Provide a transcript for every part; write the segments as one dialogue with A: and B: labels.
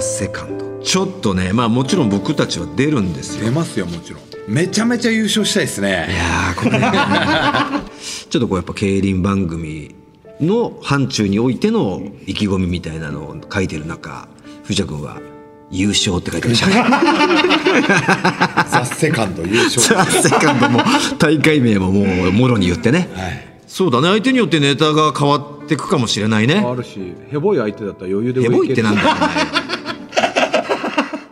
A: セカンドちょっとねまあもちろん僕たちは出るんですよ
B: 出ますよもちろんめちゃめちゃ優勝したいですね
A: いやーこれ、ね、 ちょっとこうやっぱ競輪番組の範疇においての意気込みみたいなのを書いてる中藤田君は「優勝」って書いてました ね
B: ザ・セカンド優勝
A: ザセカンドも大会名ももうもろに言ってね、
B: はい
A: そうだね相手によってネタが変わってくかもしれないね
C: あるしヘボい相手だったら余裕で
A: ヘ
C: 上
A: ボ
C: 行
A: い
C: け
A: って
C: る
A: なんだよ、ね、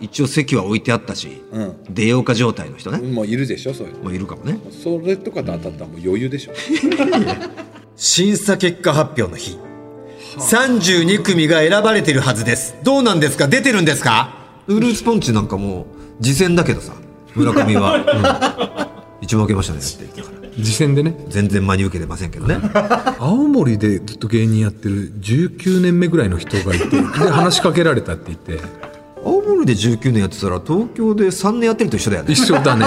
A: 一応席は置いてあったし、
B: うん
A: 出ようか状態の人ね、
B: もういるでしょそういうの
A: もういるかもね
B: それとかで当たったらもう余裕でしょ
D: 審査結果発表の日32組が選ばれてるはずですどうなんですか出てるんですか
A: ウルーツポンチなんかもう次戦だけどさ村上は、 うん、一応負けましたねって言ってたから
C: 次戦でね
A: 全然真に受けてませんけどね
C: 青森でずっと芸人やってる19年目ぐらいの人がいてで話しかけられたって言って
A: 青森で19年やってたら東京で3年やってると一緒だよね
C: 一緒だね、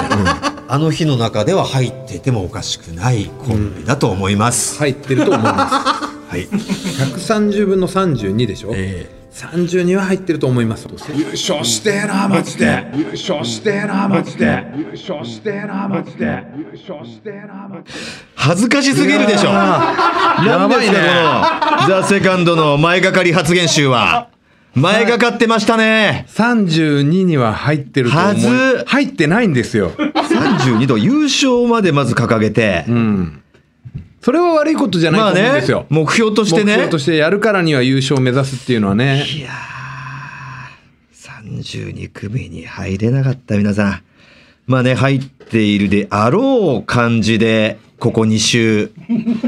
A: あの日の中では入っててもおかしくないコンビだと思います、
C: 入ってると思います
A: はい
C: 130分の32でしょ、
A: え
C: 32は入ってると思います
B: 優勝してえなマジで優勝してえなマジで優勝してえなマジで優勝してえなマジで
A: 恥ずかしすぎるでし ょやばいねこの「 ザ・セカンドの前がかり発言集は前がかってましたね
C: 32には入ってると思
A: はず
C: う入ってないんですよ
A: 32度優勝までまず掲げて、
C: うんそれは悪いことじゃない
A: ま
C: と
A: あ
C: 思うん
A: ね
C: ですよ、
A: 目標として
C: 目
A: ね
C: 標としてやるからには優勝を目指すっていうのはね
A: いやー32組に入れなかった皆さんまあね入っているであろう感じでここ2週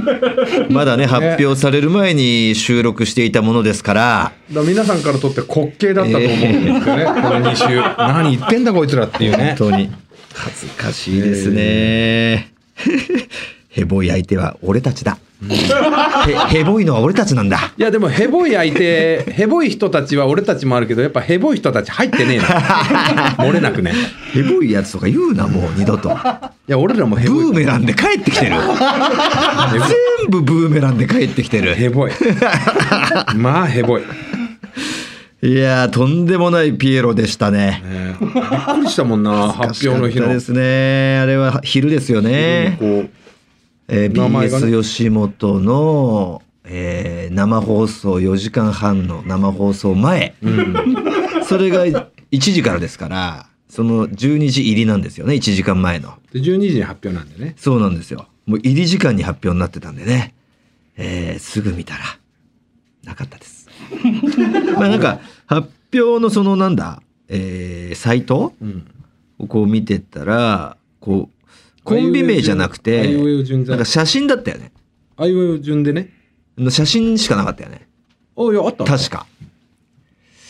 A: まだね発表される前に収録していたものですから
C: だから皆さんからとって滑稽だったと思うんですよ ね、この2週何言ってんだこいつらっていうね
A: 本当に恥ずかしいですね。 ヘボい相手は俺たちだ。へ ヘボいのは俺たちなんだ。
C: いやでもヘボい 相手ヘボい人たちは俺たちもあるけどやっぱヘボい人たち入っ てねえな漏れなくね
A: ヘボいやつとか言うな、もう二度 と。
C: いや俺らもヘボ
A: ブ
C: い
A: ーメランで帰ってきてる。全部ブーメランで帰ってきてる。
C: ヘボいまあヘボい、
A: いやー、とんでもないピエロでしたね。
C: ねびっくりしたもんな発表の日
A: おかしかった
C: の
A: ですね。あれは昼ですよね。
C: こ
A: えー、
C: 名前がね
A: BS 吉本の、えー生放送4時間半の生放送前、 それが1時からですからその12時入りなんですよね1時間前の
C: うで12時に発表なんでね
A: そうなんですよもう入り時間に発表になってたんでね、えーすぐ見たらなかったです まあなんか発表のそのなんだ、えーサイト
C: うん
A: をこう見てたらこうコンビ名じゃなく
C: あいうえ
A: て
C: お順
A: なん
C: だ
A: か写真だったよね
C: あいうえお順でね
A: の写真しかなかったよね
C: あいやあった
A: 確か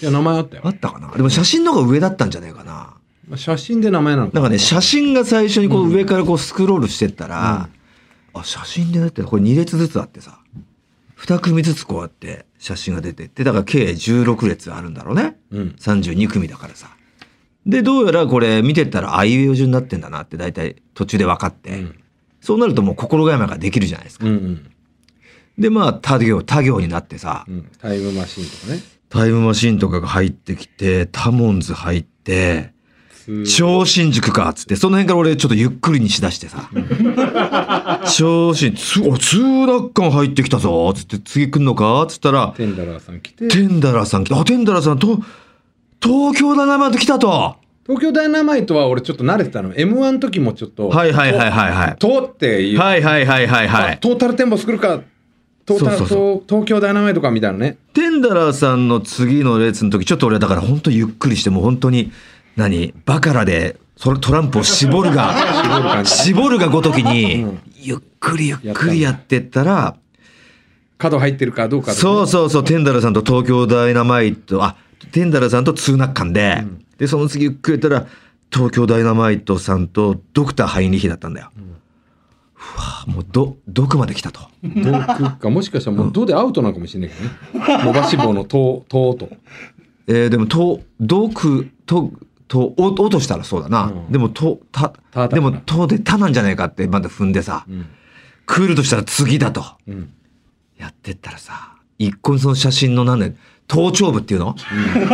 C: いや名前あったよ
A: あったかなでも写真の方が上だったんじゃないかな
C: 写真で名前なの
A: な
C: か
A: んかね写真が最初にこう上からこうスクロールしてったら、あ写真でだってこれ2列ずつあってさ2組ずつこうやって写真が出てってだから計16列あるんだろうね
C: うん
A: 32組だからさでどうやらこれ見てたらあいうえお順になってんだなって大体途中で分かって、
C: ん
A: そうなるともう心構えができるじゃないですか、
C: うんうん
A: でまあ他行他行になってさ、
C: うんタイムマシンとかね
A: タイムマシンとかが入ってきて、タモンズ入って、超新宿かっつって、その辺から俺ちょっとゆっくりにしだしてさ。超新、つ、お、ツーダッカン入ってきたぞっつって、次来んのかっつったら、
C: テンダラーさん来て
A: テンダラーさん来た。あ、テンダラーさん、と、東京ダイナマイト来たと。は
C: 東京ダイナマイトは俺ちょっと慣れてたの m 1の時もちょっと
A: いはいはいはいはい。
C: ととっていう、
A: はいはいはいはいはい。
C: トータルテンボス来るかトータル
A: そうそうそ
C: と東京ダイナマイトかみたいなね
A: テンダラーさんの次の列の時、ちょっと俺はだから本当ゆっくりして、もう本当に、何バカラで、それトランプを絞るが。
C: 絞る感じ
A: 絞るがごときに、
C: ん
A: ゆっくりゆっくりやってったら、
C: 角入ってるかどうかとかね
A: そうそうそう、テンダラさんと東京ダイナマイト、あ、テンダラさんとツーナッカンで、で、その次ゆっくりやったら、東京ダイナマイトさんとドクターハイニヒだったんだよ。うわぁもうど、毒まで来たと。
C: どう来るかもしかしたらもう「ど」でアウトなのかもしれないけどね伸ばし棒の「と」「と」と
A: えーでも、と、毒、と、と、お、おとしたらそうだな。
C: うん
A: でも、と、た、
C: ただから
A: でも、とでたなんじゃないかってまだ踏んでさ、
C: うん
A: 来るとしたら次だと。
C: うん
A: やってったらさ一個その写真のなんだよ頭頂部っていうの、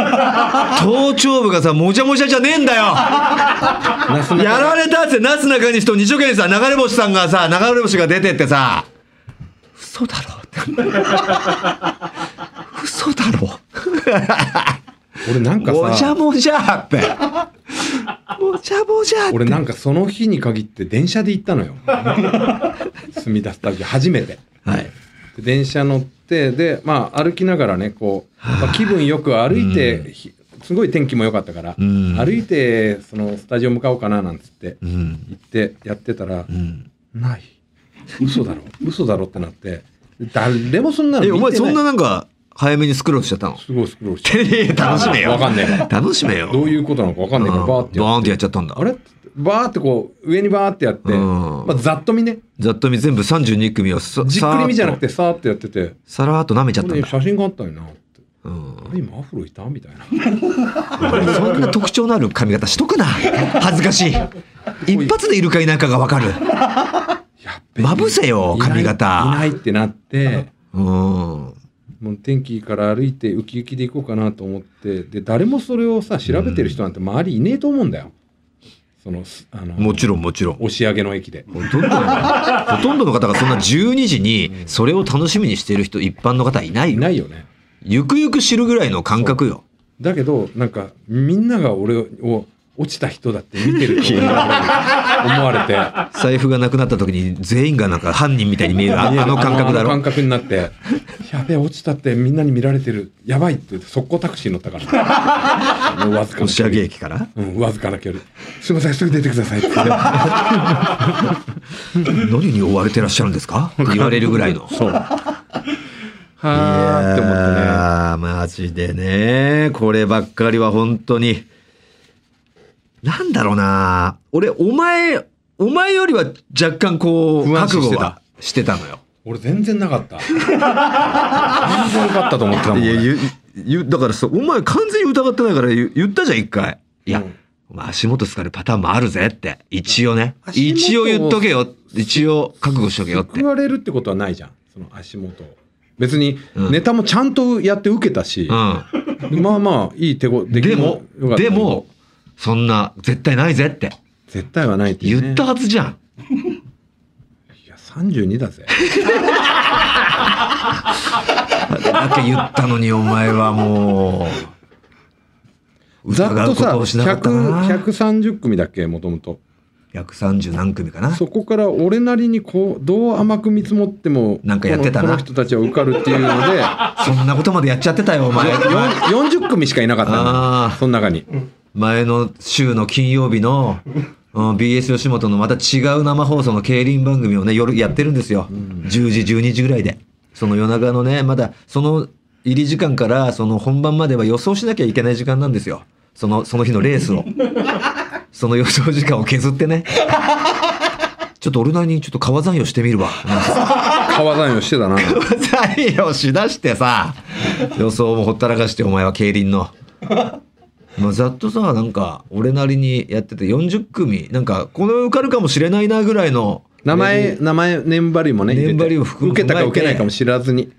A: 頭頂部がさ、もじゃもじゃじゃねえんだよ
C: なすな
A: やられたって、なすなかにしと二丁拳さん、流れ星さんがさ、流れ星が出てってさ、嘘だろって。嘘だろ
C: 俺なんか
A: もじゃ
C: さ
A: もじゃって。もじゃもじゃって。
C: 俺なんかその日に限って電車で行ったの よ墨田スタジオ初めて
A: はい。
C: で電車乗ってでまあ歩きながらねこう、まあ気分よく歩いて、ひすごい天気も良かったから、
A: うん
C: 歩いてそのスタジオ向かおうかななんつって
A: うん。
C: 行ってやってたら
A: う、ん。
C: ない嘘だろ嘘だろってなって誰もそんなの見
A: え、
C: てな
A: お
C: い
A: 前そんななんか、早めにスクロールしちゃったの
C: すごいスクロールして
A: いや楽しめよ。
C: わかんないから
A: 楽しめよ。
C: どういうことなのかわかんないからバーって
A: バ
C: や
A: ーン
C: っ
A: ってやっちゃったんだ。
C: あれバーってこう上にバーってやって、
A: うん
C: まあ、ざっと見ね
A: ざっと見全部32組をさ
C: じっくり見じゃなく
A: て
C: てさーってやってて
A: さらーっと舐めちゃっ
C: こ
A: たん
C: れ
A: だ、
C: 写真があったよなって
A: うん、
C: あれ今アフロいたみたいな
A: そんな特徴のある髪型しとくな恥ずかしい一発でいるか否かが分かる
C: やっべ
A: まぶせよ
C: いない
A: 髪型
C: いないってなって
A: うん
C: もう天気いいから歩いてウキウキで行こうかなと思ってで誰もそれをさ調べてる人なんて周りいねえと思うんだよそのすあの
A: もちろんもちろん
C: 押し上げの駅で
A: ほとんどの ほとんどの方がそんな12時にそれを楽しみにしている人一般の方いない
C: い
A: よ
C: ないよね
A: ゆくゆく知るぐらいの感覚よ
C: だけどなんかみんなが俺を落ちた人だって見てると思われて
A: 財布がなくなった時に全員がなんか犯人みたいに見えるああの感覚だ
C: あのあ
A: ろ
C: の感覚になってやべえ落ちたってみんなに見られてるやばいって言って速攻タクシーに乗ったか らもうわずかな
A: 押
C: 距離
A: し上げ駅から
C: うん、わずかな距離すいませんすぐ出てくださいって言って
A: 何に追われてらっしゃるんです かって言われるぐらいの
C: そうはーって思っ
A: ああ、マジでね。こればっかりは本当に。なんだろうな。俺、お前、お前よりは若干こう、
C: 不安視
A: 覚
C: してた
A: 悟はしてたのよ。
C: てね俺全然なかった全然なかったと思ってたもん
A: いや、
C: 俺
A: ゆ、ゆ、だからさ、お前完全に疑ってないから言言ったじゃん、一回。いや、
C: うん
A: お前足元すかるパターンもあるぜって。一応ね。
C: 足元を
A: 一応言っとけよ。一応覚悟しとけよって
C: 救。われるってことはないじゃんその足元を別に
A: うん
C: ネタもちゃんとやって受けたし、
A: うん。
C: まあまあいい手ご出来
A: でも
C: 良か、ったけ
A: で
C: ど
A: も、そんな、絶対ないぜって。
C: 絶対はないっていうね、
A: 言ったはずじゃん。
C: いや32だ ぜ
A: だけ言ったのにお前はもう
C: ざっ
A: 疑
C: と
A: うこ
C: さ
A: とをしなかった
C: 100
A: な
C: 130組だっけもともと
A: 130何組かな
C: そこから俺なりにこうどう甘く見積もっても
A: なんかやってた
C: こ
A: な
C: のこの人たちは受かるっていうので
A: そんなことまでやっちゃってたよお前
C: よん40組しかいなかった
A: あ
C: の
A: ー
C: その中に
A: 前の週の金曜日の、うん BS 吉本のまた違う生放送の競輪番組をね夜やってるんですよ、10時12時ぐらいでその夜中のねまだその入り時間からその本番までは予想しなきゃいけない時間なんですよそのその日のレースをその予想時間を削ってねちょっと俺なりにちょっと川山用してみるわなんて
C: 川山をしてたな
A: 採用しだしてさ予想もほったらかしてお前は競輪の。まあ、ざっとさなんか俺なりにやってて40組なんかこの受かるかもしれないなぐらいの
C: 名前名前年張りもね入れて
A: 年張りを含め
C: 受けたか受けないかも知らずに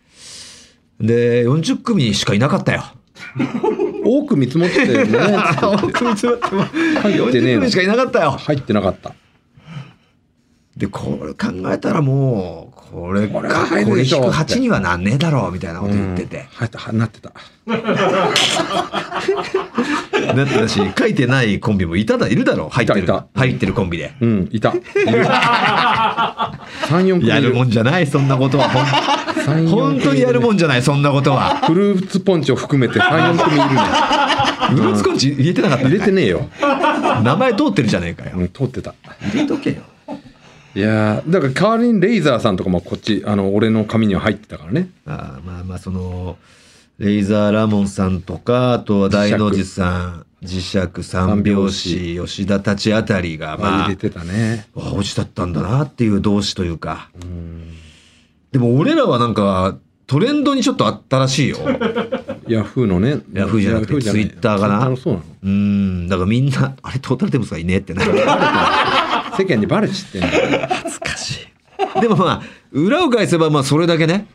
A: で40組しかいなかったよ。
C: 多く見積もっても ね
A: 多く見積もっても
C: 入ってね
A: 40
C: えの
A: 組しかいなかったよ。
C: 入ってなかった
A: でこれ考えたらもうこれ
C: これは入
A: こ
C: る
A: れ
C: でしょ
A: 引く8にはなんねえだろうみたいなこと言って
C: うん
A: て。
C: 入ったはなってた
A: だってだし書いてないコンビもいただいるだろう入って
C: い
A: る
C: たいた
A: 入ってるコンビで。
C: うんいた34組い
A: やるもんじゃないそんなことはほん
C: 34
A: 本当にやるもんじゃない、そんなことは。
C: フルーツポンチを含めて34組いるね
A: フルーツコンチ入れてなかった
C: 入
A: ん
C: れ
A: か
C: て
A: い
C: ねえよ、
A: 名前通ってるじゃねえかよ。
C: うん、通ってた
A: 入れとけよ。
C: いやーだから代わりにレイザーさんとかもこっちあの俺の紙には入ってたからね
A: ああまあまあ、その、レイザーラモンさんとか、あとは大の字さん、磁石三拍子、吉田たちあたりが、まあ
C: 入れ、てたね
A: あ落ちだったんだなっていう同志というか。でも俺らはなんか、トレンドにちょっとあったらしいよ。
C: ヤフーのね
A: ヤフーじゃなくて
C: ヤフない
A: Twitter かな
C: Twitter のそうな
A: うん、だからみんな、あれ、トータルテンボスがいねえってなる。
C: の世間にバレちってんの
A: 懐かしい。でもまあ、裏を返せば、まあ、それだけね、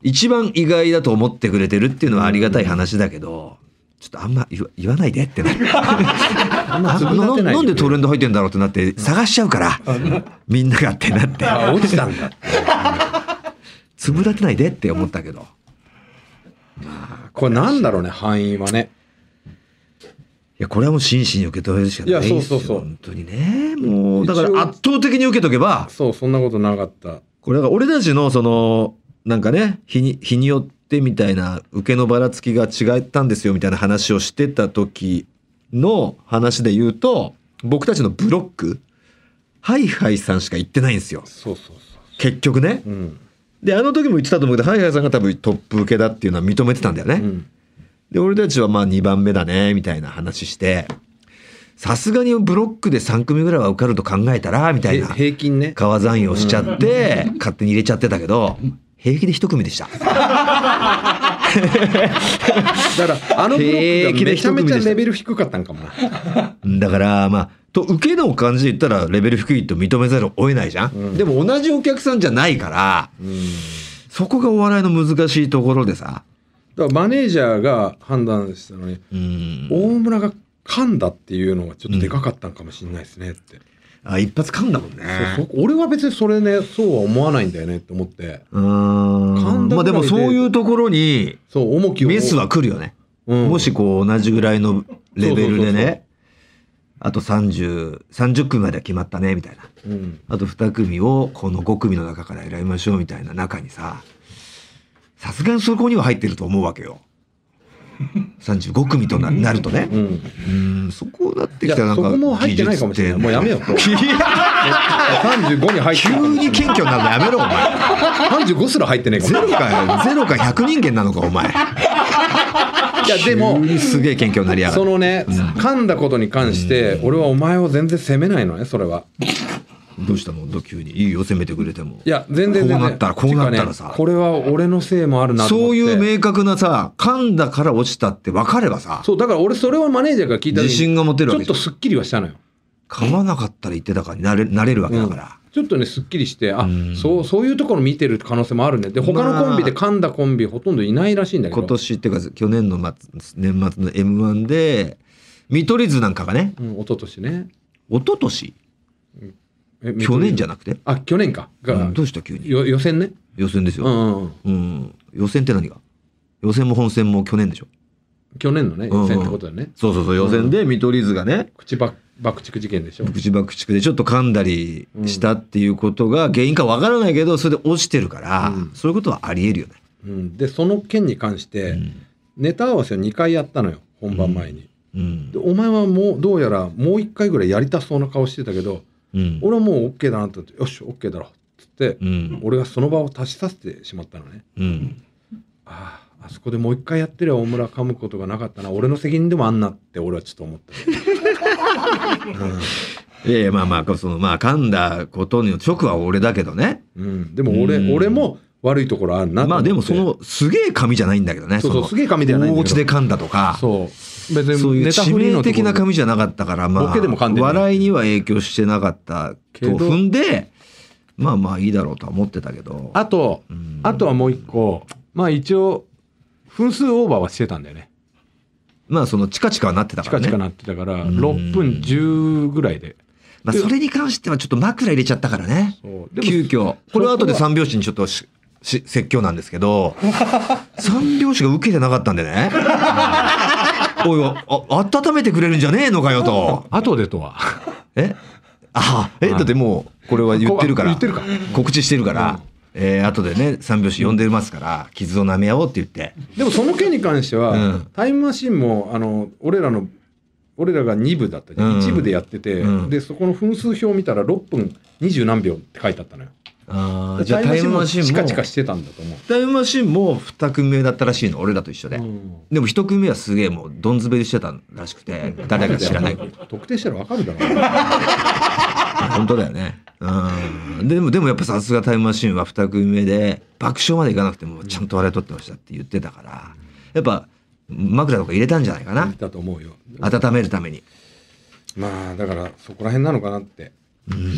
A: 一番意外だと思ってくれてるっていうのはありがたい話だけど、ちょっとあんま言わ言わないでってな って。
C: あんま
A: あ
C: 粒
A: な
C: 立て
A: な
C: ない
A: んでトレ
C: ん
A: ンド入ってんだろうってなって探しちゃうから、みんながってなって、
C: あ、落ちたんだ。
A: つぶ立てないでって思ったけど。
C: これなんだろうね、範囲はね。
A: いや、これはもう真摯に受け止めるしかないですよ。
C: いやそうそうそう
A: 本当にね。もう、だから
C: 一応
A: 圧倒的に受けとけば、
C: そう、そんなことなかった。
A: これが俺たちのその、なんかね、日に、日によってみたいな、受けのばらつきが違ったんですよみたいな話をしてた時の話で言うと、僕たちのブロック、ハイハイさんしか行ってないんですよ。
C: そうそうそ
A: 結局ね。
C: う。うん。
A: で、あの時も言ってたと思うけど、ハイハイさんが多分トップ受けだっていうのは認めてたんだよね。
C: うん。
A: で、俺たちはまあ2番目だね、みたいな話して、さすがにブロックで3組ぐらいは受かると考えたら、みたい
C: へ
A: な、
C: 平均ね。
A: 川残用しちゃって、勝手に入れちゃってたけど、平気で1組でした。
C: だから、あのブロッ
A: 平
C: ク
A: 気
C: が
A: で
C: め
A: 一
C: ちゃ
A: 組
C: め
A: でし
C: ち
A: た
C: ゃレベル低かったんかもな。
A: だから、まあ、と、受けの感じで言ったら、レベル低いと認めざるを得ないじゃん。でも同じお客さんじゃないから、そこがお笑いの難しいところでさ、
C: だからマネージャーが判断したのに、
A: うん、
C: 大村が噛んだっていうのがちょっとでかかったんかもしれないですねって、
A: あ、一発噛んだもんね。
C: そうそう俺は別にそれねそうは思わないんだよねって思って
A: うーん。
C: 神田ぐら
A: まあ
C: いで
A: でもそういうところに、
C: そう重きを
A: ミスは来るよね。
C: うん
A: もしこう同じぐらいのレベルでね、あと30、30組までは決まったね、みたいな。
C: うん
A: あと2組をこの5組の中から選びましょうみたいな中にさ、さすがにそこには入ってると思うわけよ。35組とななるとね。
C: う
A: うんーん、そこなって
C: い
A: き
C: や
A: たらなん
C: そ
A: か
C: こも入ってないかもしれないもうやめよう35に入って
A: 急に謙虚になるのやめろ、お前。
C: 35すら入ってないかも
A: ゼ
C: しれ
A: ロか、ゼロか100人間なのか、お前。
C: ないいやでも
A: 急にすげえ謙虚になりやが
C: そ
A: る。
C: のね噛んだことに関して俺はお前を全然責めないのねそれは
A: どうしたのど急に。いいよ、攻めてくれても。
C: いや全然
A: こ
C: 全然
A: うなったらこうなったらさ
C: てかねこれは俺のせいもあるなと思っ
A: そ
C: て
A: ういう明確なさ、噛んだから落ちたって分かればさ、
C: そう、だから俺それをマネージャーが聞いた時に
A: 自信が持てるわけ
C: ちょっとすっきりはしたのよ。
A: 噛まなかったら言ってたかになれなれるわけだから。
C: ちょっとね、すっきりして、あ、
A: うん
C: そう、そういうところ見てる可能性もあるね。で、他のコンビで噛んだコンビほとんどいないらしいんだけど。
A: 今年っていうか、去年の末、年末の M1 で、見取り図なんかがね、
C: うん、一昨年ね。
A: 一昨年
C: え
A: 去年じゃ
C: な
A: なくて、
C: あ、去年か。が、
A: うんどうした急に。
C: よ予選ね。
A: 予選です
C: う
A: よ、
C: ん、うん。
A: うん。予選って何が予選も本戦も去年でしょ。
C: 去年のね、
A: うんうん
C: 予選ってことだよね。
A: そうそうそう、予選で見取り図がね、
C: 口ば、爆竹事件でしょ。
A: 口ばくちくでちょっと噛んだりしたっていうことが原因か分からないけど、それで落ちてるから、
C: うん
A: そういうことはありえるよね。
C: うん。で、その件に関して、
A: ん
C: ネタ合わせを2回やったのよ。本番前に。
A: うん
C: で、。お前はもう、どうやらもう1回ぐらいやりたそうな顔してたけど、
A: うん。
C: 俺はもう OK だなと思って、よし、OK だろ。つって
A: う、ん。
C: 俺がその場を立ちさせてしまったのね
A: うん。
C: あああそこでもう一回やってりゃ大村噛むことがなかったな俺の責任でもあんなって俺はちょっと思った
A: いやいや、まあまあ、その、まあ、噛んだことの直は俺だけどね。
C: うん、でも俺
A: うん
C: 俺も悪いところあるなと思
A: ま
C: っ
A: あ
C: て
A: でも、その、すげえ髪じゃないんだけどね。
C: そうそう
A: の
C: すげえ髪ではないん
A: 大
C: だ
A: 落
C: け
A: ち
C: ど
A: で噛んだとか、
C: そう別に
A: そういう
C: ネタ
A: 致
C: フリー
A: 命
C: のところ
A: 的な髪じゃなかったから、ま
C: ボケでも噛
A: あ、
C: んでない
A: 笑いには影響してなかった
C: け
A: と
C: ど
A: 踏んで、まあまあいいだろうとは思ってたけど。
C: あと
A: うん
C: あとはもう一個まあ一応分数オーバーはしてたんだよね
A: まあ、その、チカチカはなってた
C: チ
A: から
C: カ
A: ね。
C: チカなってたから
A: ん
C: 6分10ぐらいで
A: まあ、それに関してはちょっと枕入れちゃったからね。
C: そうでも
A: 急遽。これは後で三拍子にちょっとし、し説教なんですけど、 三拍子が受けてなかったんでね。 おいあ、温めてくれるんじゃねえのかよと。
C: 後でとは
A: えあ、え、だってもう、これは言ってるから。
C: ここは言って
A: 告知してるから。えー後でね、三拍子呼んでますから、傷を舐め合おうって言って。
C: でもその件に関しては、
A: うん
C: タイムマシンもあの俺らの俺らが2部だったり、
A: うん
C: 1部でやってて、
A: うん
C: でそこの分数表を見たら6分20何秒って書いてあったのよ
A: あーじゃあタイムマシンも、
C: チカチカしてたんだと思う、
A: タイムマシンも2組目だったらしいの、俺らと一緒で。でも一組目はすげえもうどんずべりしてたらしくて誰か知らない
C: 特定したら分かるだろ
A: 本当だよねうんでもでもやっぱさすがタイムマシーンは2組目で爆笑までいかなくてもちゃんと笑い取ってましたって言ってたからやっぱ枕とか入れたんじゃないか
C: う
A: な
C: だと思うよ
A: 温めるために
C: まあだからそこら辺なのかなって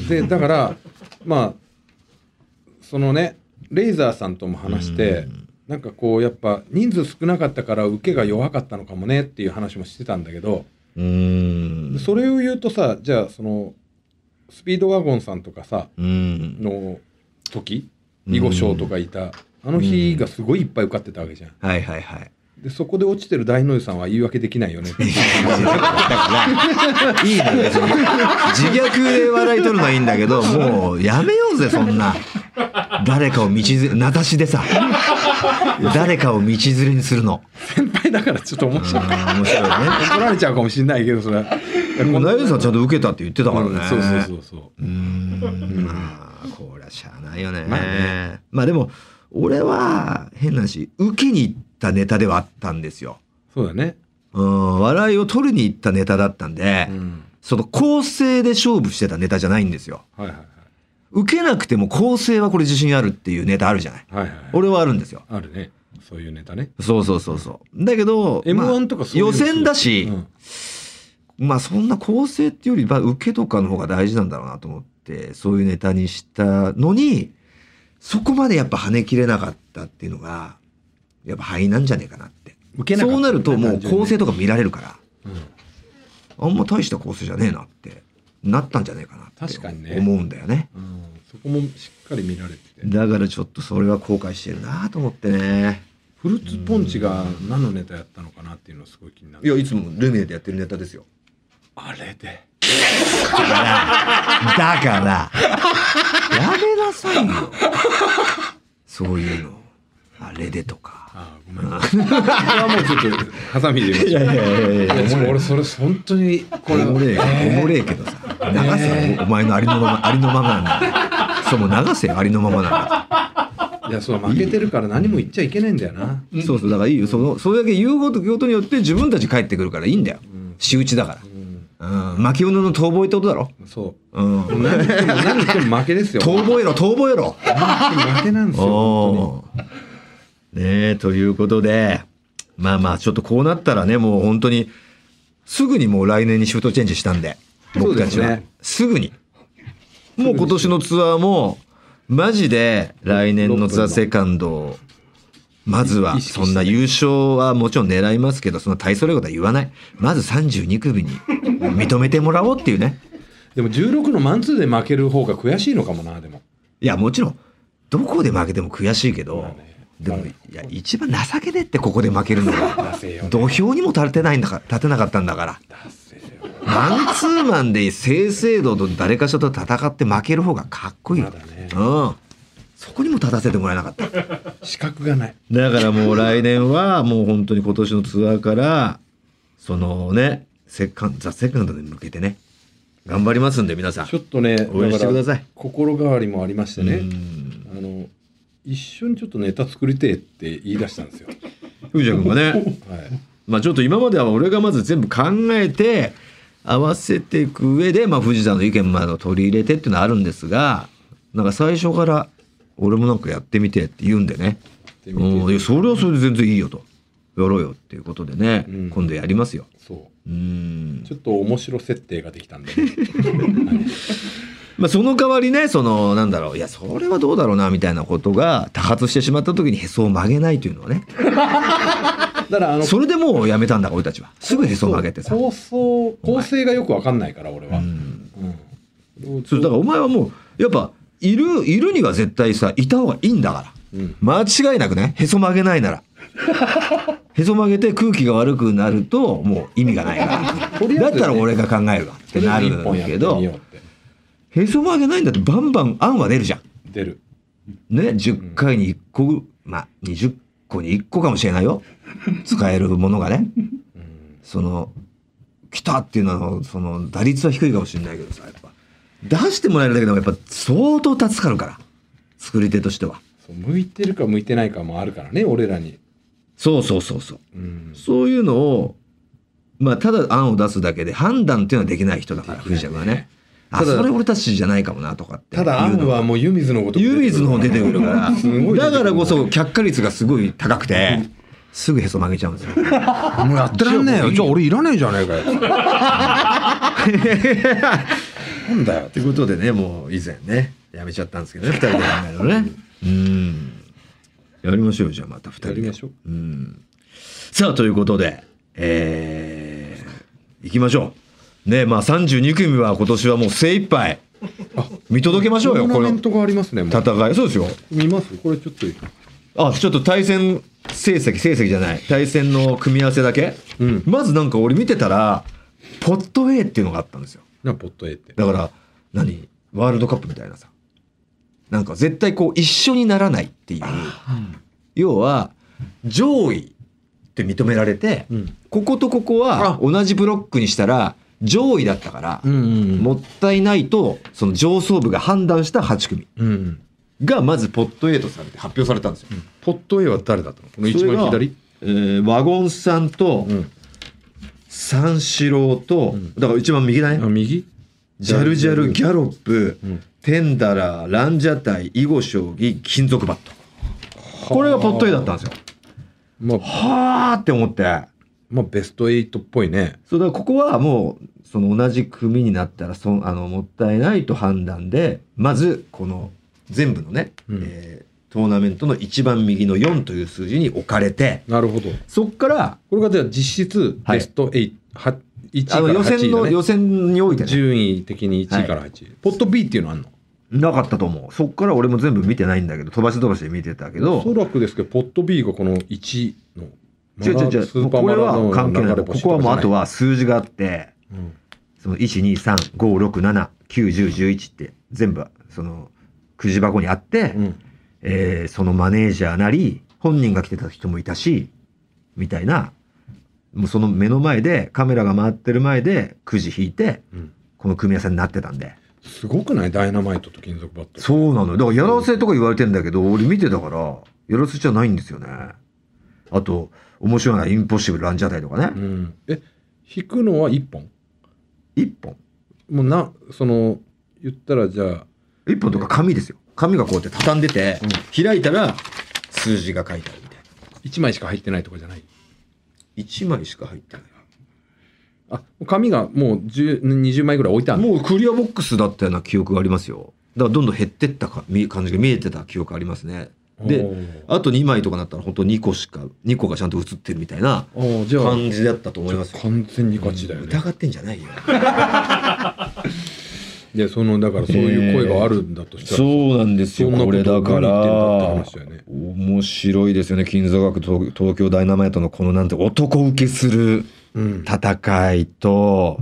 C: でだからまあそのねレイザーさんとも話して、なんかこうやっぱ人数少なかったから受けが弱かったのかもねっていう話もしてたんだけど、
A: うーん。
C: それを言うとさじゃあそのスピードワゴンさんとかさ
A: うん。
C: の時囲碁将とかいたあの日がすごいいっぱい受かってたわけじゃん。
A: はいはいはい。
C: でそこで落ちてる大の湯さんは言い訳できないよね っていう
A: いいな、別に。自虐で笑い取るのはいいんだけど、もうやめようぜ、そんな。誰かを道連れ、名指しでさ、誰かを道連れにするの。
C: 先輩だからちょっと面
A: う
C: 白い
A: ーん面白いね。
C: 怒られちゃうかもしれないけどそれは。
A: でも大丈さんちゃんと受けたって言ってたからね。
C: そうそうそうそう
A: うーんまあこりゃしゃあないよね。ま
C: ま
A: あ
C: あ
A: でも俺は変な話受けに行ったネタではあったんですよ。
C: そうだね。
A: うん笑いを取りに行ったネタだったんで、
C: うん。
A: その構成で勝負してたネタじゃないんですよ。
C: はいはいはい
A: 受けなくても構成はこれ自信あるっていうネタあるじゃない。
C: はいはい。
A: 俺はあるんですよ。
C: あるね。そういうネタね。
A: そうそうそうそう。だけど、
C: M1
A: まあ
C: とかそういう
A: 予
C: の
A: 選だし、
C: うん
A: まあそんな構成っていうよりは受けとかの方が大事なんだろうなと思ってそういうネタにしたのにそこまでやっぱ跳ね切れなかったっていうのがやっぱ敗なんじゃねえかなって
C: 受けなかった
A: そうなるともう
C: 単純に
A: 構
C: ね
A: 成とか見られるから、
C: うん
A: あんま大した構成じゃねえなってなったんじゃねえかなって
C: 確かにね
A: 思うんだよね
C: うんそこもしっかり見られてて。
A: だからちょっとそれは後悔してるなと思ってね
C: フルーツポンチが何のネタやったのかなっていうのすごい気になる。
A: いやいつもルミネでやってるネタですよ
C: あれで。
A: だから、やめなさいよ。そういうの。あれでとか。
C: ああ、 ごめん。これはもうちょっと、ハサミで言いましょう。
A: いやい
C: いやでも俺それ本当にこ
A: お
C: れ
A: もれえ、おもれえけどさ。流せよ、お前のありのまま、ありのままなんだ。そう、もう流せよ、ありのままなんだ。
C: いやそう負けてるから何も言っちゃいけないんだよな
A: そうそう、だからいいよ。その、それだけ言うこと、言うことによって自分たち帰ってくるからいいんだよ。仕打ちだか
C: うん
A: ら。うん。巻物の遠吠えってことだろ。
C: そう
A: うん。遠
C: 何言っても何言っても負けですよ
A: 吠えろ、遠吠えろ。
C: 何言っても負けなんですよ本
A: おーねえということでまあまあちょっとこうなったらねもう本当にすぐにもう来年にシフトチェンジしたんで
C: そう
A: 僕
C: ですね
A: たちはす,、ぐにもう今年のツアーもマジで来年のツアーセカンドをまずは
C: 意識して
A: そんな優勝はもちろん狙いますけどそんな大それたことは言わないまず32組に認めてもらおうっていうね
C: 当にでも16のマンツーで負ける方が悔しいのかもなでも
A: いやもちろんどこで負けても悔しいけど、
C: まあね
A: でも
C: まあ
A: いや一番情けねえってここで負けるの が
C: 出せよ
A: 土俵にも立てないんだから立てなかったんだから
C: 出せよ
A: マンツーマンで正々堂々と誰かしらと戦って負ける方がかっこいいよ、
C: まだね
A: うんそこにも立たせてもらえなかっただ
C: 資格がない
A: からもう来年はもう本当に今年のツアーからそのねセカンザ・セカンドに向けてね頑張りますんで皆さん
C: ちょっとね
A: 応援してください
C: から心変わりもありましてね
A: うん
C: あの一緒にちょっとネタ作りてえって言い出したんですよ
A: 藤谷君がね
C: はい
A: まあちょっと今までは俺がまず全部考えて合わせていく上で、まあ、藤田の意見まで取り入れてっていうのはあるんですがなんか最初から俺もなんかやってみてって言うんでね
C: てみて
A: うんいやそれはそれで全然いいよとやろうよっていうことでね、
C: うん
A: 今度やりますよ
C: そううんちょっと面白設定ができたんで、
A: まあその代わりねそのなんだろういやそれはどうだろうなみたいなことが多発してしまった時にへそを曲げないというのはね
C: だからあの
A: それでもうやめたんだから俺たちはすぐへそを曲げてさ
C: 構想構成がよくわかんないから俺は、うん
A: そうだからお前はもうやっぱいるいるには絶対さいた方がいいんだから、
C: うん
A: 間違いなくねへそ曲げないな らへそ曲げて空気が悪くなるともう意味がないか
C: とり
A: ら
C: あ
A: だっ
C: えずね
A: たら俺が考えるわってなるけ
C: と
A: ど
C: りあえず一本やってみようって
A: へそ曲げないんだってバンバン案は出るじゃん
C: 出る
A: ね10回に1個、まあ20個に1個かもしれないよ使えるものがね
C: うん
A: その来たっていうのはその打率は低いかもしれないけどさやっぱ出してもらえるだけでもやっぱ相当助かるから作り手としては
C: そう向いてるか向いてないかもあるからね俺らに、
A: そうそうそうそう
C: うん、
A: そういうのをまあただ案を出すだけで判断っていうのはできない人だから
C: できない
A: 藤田
C: ね
A: 君はねあ
C: ただ
A: それ俺たちじゃないかもなとかって
C: ただア
A: いう
C: ン
A: の
C: はもう湯水のごとく
A: 湯水の方出てくるから
C: すごい出てく
A: だ
C: る
A: からこそ却下率がすごい高くてすぐへそ曲げちゃうんですよ
C: もうやってらんねえよじゃあ俺いらねえじゃねえかよ なんだよ
A: ということでねもう以前ねやめちゃったんですけどね2人で考えるのねうんやりましょうよじゃあまた2人
C: や
A: で
C: りましょう。
A: うんさあということでえー、いきましょうねまあ32組は今年はもう精一杯見届けましょう
C: ト
A: よ
C: ーナ
A: この
C: メントがありますね。もう
A: 戦いそうですよ
C: 見ますこれちょっと。
A: あちょっと対戦成績成績じゃない対戦の組み合わせだけ、
C: うん
A: まずなんか俺見てたらポット A っていうのがあったんですよ
C: な、ポット A って。
A: だから何ワールドカップみたいなさなんか絶対こう一緒にならないっていう要は上位って認められて、
C: うん。
A: こことここは
C: あ
A: 同じブロックにしたら上位だったから、
C: うんうん
A: もったいないとその上層部が判断した8組
C: うん。うん。
A: がまずポット A とされて発表されたんですよ。
C: ポット A は誰だったのこの一
A: それが
C: 番左
A: えーワゴンさんと
C: うん。
A: 三四郎と、
C: ん
A: だから一番右だね、
C: あ、右
A: ジャルジャル、ギャロップ、
C: うん
A: テンダラー、ランジャタイ、囲碁将棋、金属バット。これがポット A だったんですよ。
C: まあ、
A: はーって思って。
C: まあ、ベスト8っぽいね。
A: そうだからここはもうその同じ組になったらそんあのもったいないと判断でまずこの全部のね、
C: うん
A: えートーナメントの一番右の4という数字に置かれて
C: なるほど。
A: そっから
C: これがじゃあ実質
A: はい
C: ベスト8、は1位か
A: あの
C: ら
A: 予
C: 8
A: 選
C: 位だ
A: の、
C: ね
A: 予選において、ね、
C: 順位的に1位から8位、ポット B っていうのあんの
A: なかったと思うそっから俺も全部見てないんだけど飛ばし飛ばしで見てたけ
C: お
A: ど
C: そらくですけどポット B がこの1の
A: 違う違う違う
C: ス
A: も
C: ー
A: う
C: パー
A: こ
C: マ
A: れ
C: ラド
A: は
C: ーナ
A: 関係
C: の
A: ない
C: 流れ
A: こ
C: 星
A: ことは
C: かじ
A: もう
C: ゃ
A: あ
C: ない
A: とは数字があって
C: うん
A: その123567911って全部そのくじ箱にあって、
C: うん
A: えーそのマネージャーなり本人が来てた人もいたしみたいなもうその目の前でカメラが回ってる前でくじ引いて
C: うん
A: この組み合わせになってたんです
C: ごくないダイナマイトと金属バット
A: そうなのよだからやらせとか言われてんだけど俺見てたからやらせじゃないんですよねあと面白いのはインポッシブルランジャータイとかね
C: ん、え引くのは1本
A: 1本
C: もうなその言ったらじゃあ
A: 1本とか紙ですよ紙がこうやって畳んでて開いたら数字が書いてあるみたいな
C: 1枚しか入ってないとかじゃない
A: 1枚しか入ってない
C: あ紙がもう10 20枚ぐらい置いてある
A: もうクリアボックスだったような記憶がありますよ。だからどんどん減ってったかみ感じが見えてた記憶ありますね。で、あと2枚とかなったら本当2個しか、2個がちゃんと映ってるみたいな
C: あーじゃあ
A: 感じだったと思いますよ。
C: 完全に勝ちだよね、
A: 疑ってんじゃないよ。
C: でそのだからそういう声があるんだとしたら、
A: うなんで
C: そんなことを何言ってんだって話だよね
A: 面白いですよね。金座学東東京ダイナマイトのこのなんて男受けする
C: うん、
A: 戦いと、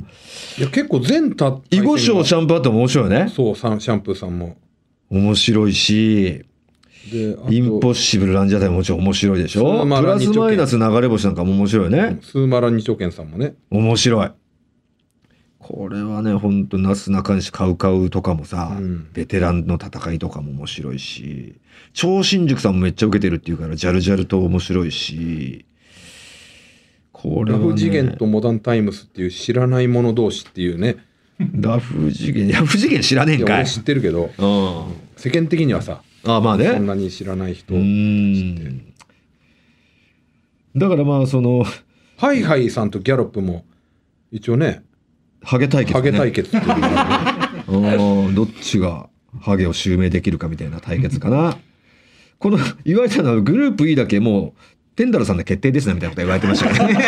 C: いや結構全た
A: 囲碁将シャンプーあっても面白いよね。
C: そうさんシャンプーさんも
A: 面白いし、
C: であと
A: インポッシブルランジャタイももちろん面白いでし
C: そ
A: ょ
C: のまま
A: プラス
C: ランジャタイ
A: マイナス流れ星なんかも面白いよね。
C: スーマラ二丁拳さんもね
A: 面白い。これはね、ほんと、なすなかにし、カウカウとかもさ、
C: うん
A: ベテランの戦いとかも面白いし、超新塾さんもめっちゃ受けてるっていうから、ジャルジャルと面白いし、これ
C: ラ
A: は、ね、
C: フ次元とモダンタイムスっていう知らない者同士っていうね
A: ラフ次元、ラフ次元知らねえ
C: い
A: ん
C: や
A: かい。
C: 俺知ってるけど
A: うん。
C: 世間的にはさ
A: あ、まあね。
C: そんなに知らない人
A: うーん。だからまあ、その、
C: ハイハイさんとギャロップも一応ね
A: ハゲ対決、ね。
C: ハゲ対決っていうの がね
A: あーどっちがハゲを襲名できるかみたいな対決かな。この言われたのはグループ E だけもうテンダラさんの決定ですなみたいなこと言われてましたけどね。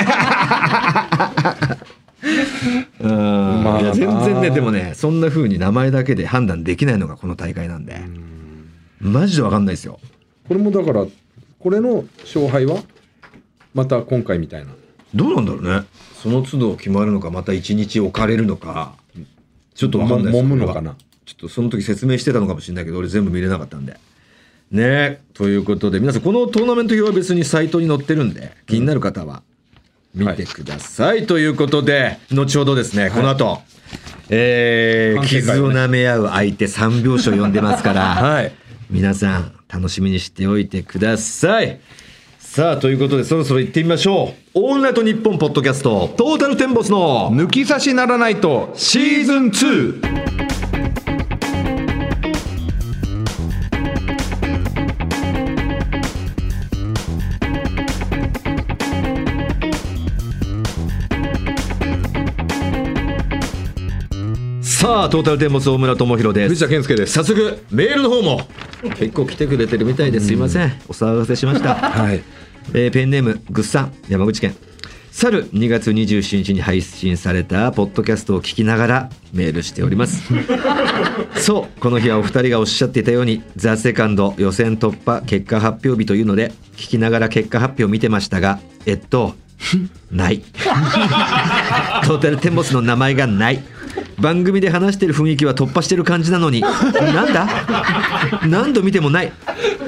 A: うん
C: まあ
A: いや全然ねでもねそんな風に名前だけで判断できないのがこの大会なんでマジで分かんないですよ
C: これもだからこれの勝敗はまた今回みたいな
A: どうなんだろうねその都度決まるのかまた一日置かれるのかちょっと分かんないです
C: も揉むのかな
A: ちょっとその時説明してたのかもしれないけど、俺全部見れなかったんで。ねえということで、皆さん、このトーナメント表は別にサイトに載ってるんで、気になる方は見てください。ということで、後ほどですね、この後、えー
C: 関係会
A: 傷
C: をね
A: を舐め合う相手3秒書読んでますから、
C: はい
A: 皆さん、楽しみにしておいてください。さあ、ということで、そろそろ行ってみましょう。オールナイトニッポンポッドキャスト、トータルテンボスの
C: 抜き差しならないと
A: シーズン2さあさあトータルテンボス大村智弘です
C: 藤田健介です。
A: 早速メールの方も結構来てくれてるみたいですいませんお騒がせしました、
C: はい。
A: えーペンネームぐっさん山口県去る2月27日に配信されたポッドキャストを聞きながらメールしておりますそうこの日はお二人がおっしゃっていたように「ザ・セカンド予選突破結果発表日というので聞きながら結果発表を見てましたがえっとない トータルテンボスの名前がない番組で話してる雰囲気は突破してる感じなのになんだ何度見てもない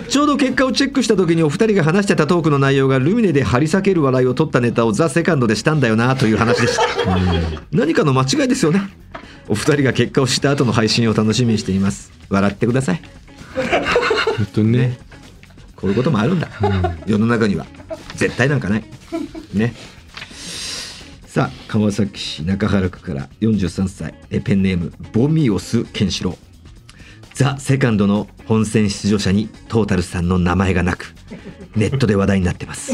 A: ちょうど結果をチェックした時にお二人が話してたトークの内容がルミネで張り裂ける笑いを取ったネタを「ザ・セカンドでしたんだよなという話でした何かの間違いですよねお二人が結果をした後の配信を楽しみにしています笑ってください
C: 本当にね。
A: こういうこともあるんだ、世の中には絶対なんかないねさあ川崎市中原区から43歳えペンネームボミオスケンシロウザ・セカンドの本戦出場者にトータルさんの名前がなくネットで話題になってます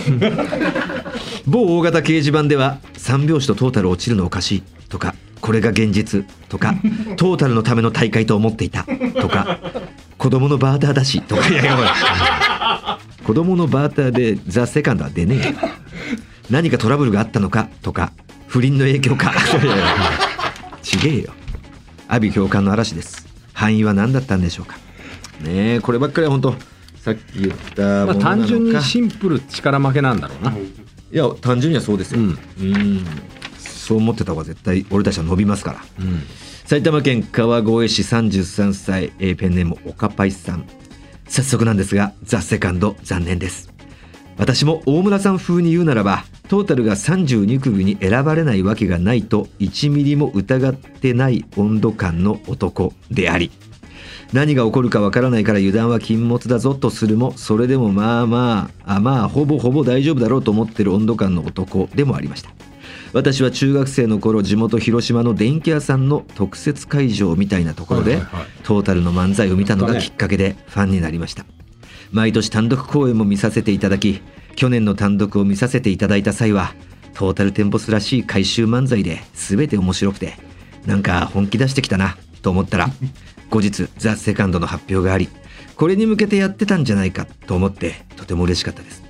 A: 某大型掲示板では3拍子とトータル落ちるのおかしいとかこれが現実とかトータルのための大会と思っていたとか子供のバーターだしとかいやいやおい子供のバーターでザ・セカンドは出ねえよ何かトラブルがあったのかとか不倫の影響かいやいやちげえよ阿鼻教官の嵐です範囲は何だったんでしょうかねえこればっかりは本当さっき言ったも
C: ま
A: のな
C: あ
A: のか、
C: 単純にシンプル力負けなんだろうな。
A: いや単純にはそうですよ、う
C: うんん、
A: そう思ってた方が絶対俺たちは伸びますから
C: うん。
A: 埼玉県川越市33歳、えーペンネームおかぱいさん早速なんですが「ザ・セカンド残念です私も大村さん風に言うならばトータルが32組に選ばれないわけがないと1ミリも疑ってない温度感の男であり何が起こるかわからないから油断は禁物だぞとするもそれでもまあまああまあほぼほぼ大丈夫だろうと思ってる温度感の男でもありました私は中学生の頃地元広島の電気屋さんの特設会場みたいなところで、
C: はいはいはい
A: トータルの漫才を見たのがきっかけでファンになりました毎年単独公演も見させていただき去年の単独を見させていただいた際はトータルテンボスらしい回収漫才で全て面白くてなんか本気出してきたなと思 ったら後日「ザ・セカンドの発表がありこれに向けてやってたんじゃないかと思ってとても嬉しかったです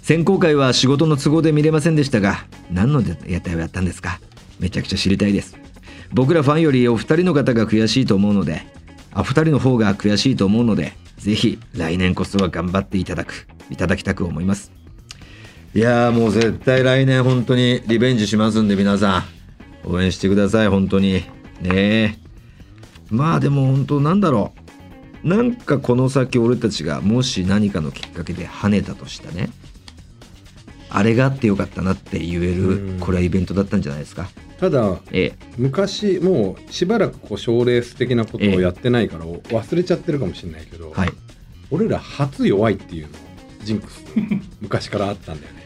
A: 選考会は仕事の都合で見れませんでしたが何の屋台をやったんですかめちゃくちゃ知りたいです僕らファンよりお二人の方が悔しいと思うのであ二人の方が悔しいと思うのでぜひ来年こそは頑張っていただくいただきたく思いますいやーもう絶対来年本当にリベンジしますんで皆さん応援してください本当にねえまあでも本当なんだろうなんかこの先俺たちがもし何かのきっかけで跳ねたとしたねあれがあってよかったなって言え
C: う
A: る
C: ん
A: これはイベントだったんじゃないですか
C: ただ
A: ええ
C: 昔もうしばらくこう賞レース的なことをやってないから忘れちゃってるかもしれないけど、
A: はい
C: 俺ら初弱いっていうのジンク ス昔からあったんだよね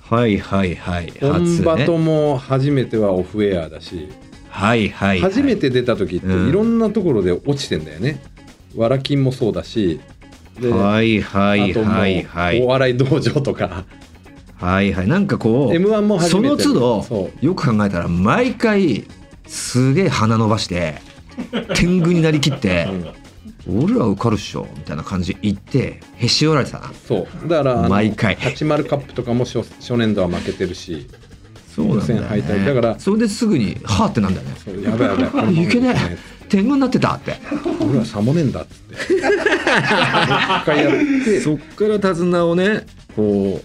A: はいはいはい
C: 本場と
A: ね、
C: も初めてはオフエアだし、
A: はいはい、はい、
C: 初めて出た時って
A: うん
C: いろんなところで落ちてんだよね、わらきんもそうだしで、
A: はいはい
C: あともう
A: はいは
C: お
A: い
C: 笑い道場とか
A: はいはいなんかこう
C: m 1も初
A: そ
C: め
A: の
C: て
A: 都
C: そ
A: 度よく考えたら毎回すげえ鼻伸ばして天狗になりきって
C: う、うん
A: 俺ら受かるっしょみたいな感じで言ってへし折られてたな
C: そうだからあの
A: 毎回
C: 八丸カップとかも初初年度は負けてるし
A: そう
C: なんだよね
A: 敗退だからそれですぐに「はあ」ってなんだよね
C: そうやばいや ばいこのまま
A: いけねえ天狗になってたって
C: 俺はサボねえんだっつってもう一回やって
A: そっから手綱をねこ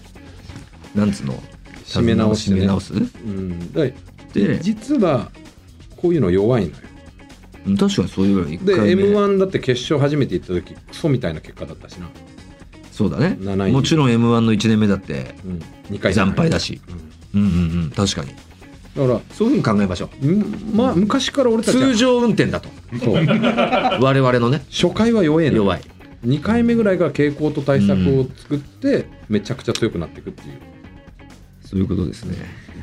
A: うなんつうの
C: 締め直してね
A: 締め直す
C: うんだか
A: で
C: ら実はこういうの弱いのよ
A: 確かにそういうより1
C: で
A: 回目
C: m 1だって決勝初めて行った時クソみたいな結果だったしな、
A: そうだね
C: 7位
A: もちろん m 1の1年目だって
C: うん、2回
A: 惨敗だし
C: う
A: うんうんうん確かに
C: んだか
A: そういうふうに考えましょう
C: らんまあ昔から俺たちは
A: 通常運転だと
C: そう
A: 我々のね
C: 初回は弱えの
A: 弱い
C: 2回目ぐらいから傾向と対策を作ってめちゃくちゃ強くなっていくっていう
A: そういうことですね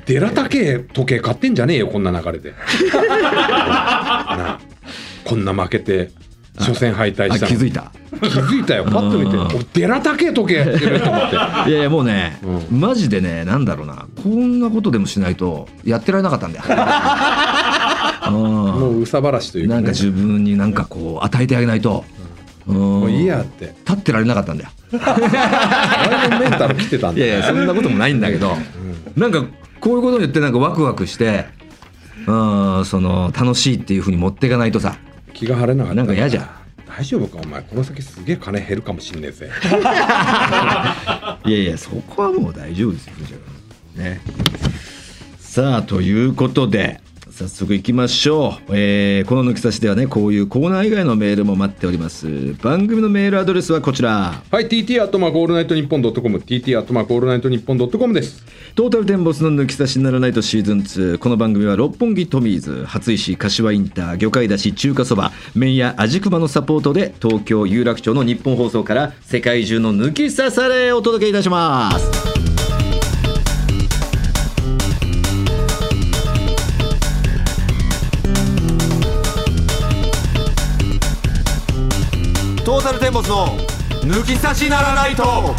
C: デラタケ時計買ってんじゃねえよこんな流 れでなあこんな負けて初戦敗退
A: あ
C: したの
A: 気づいた
C: 気づいたよパッと見て
A: うん
C: お「デラタケ時計」ってると思って
A: いやいやもうね、
C: う
A: マジで ねなんだろうなこんなことでもしないとやってられなかったんだよあ
C: も
A: う
C: ううさばらしとい
A: ん
C: う
A: なん
C: ね
A: か自分になんかこう与えてあげないと、うん、
C: もういいやって
A: 立ってられなかったんだよ
C: 前のメンタル来てたん
A: い
C: だ
A: やいやそんなこともないんだけど、なんかこういうことによってなんかワクワクして、うん、その楽しいっていうふうに持っていかないとさ
C: 気が晴れなかった
A: なんか嫌じゃん
C: 大丈夫かお前この先すげえ金減るかもしんねえぜ
A: いやいやそこはもう大丈夫ですよ藤原君ねさあということで早速いきましょう、えーこの抜き差しではねこういうコーナー以外のメールも待っております番組のメールアドレスはこちら
C: はい TT アットマークオールナイトニッポンドットコム TT アットマークオールナイトニッポンドットコムです
A: トータルテンボスの抜き差しならないとシーズン2この番組は六本木トミーズ初石柏インター魚介だし中華そば麺屋味熊のサポートで東京有楽町の日本放送から世界中の抜き差されをお届けいたします
D: トータルテンボスの抜き差しならないと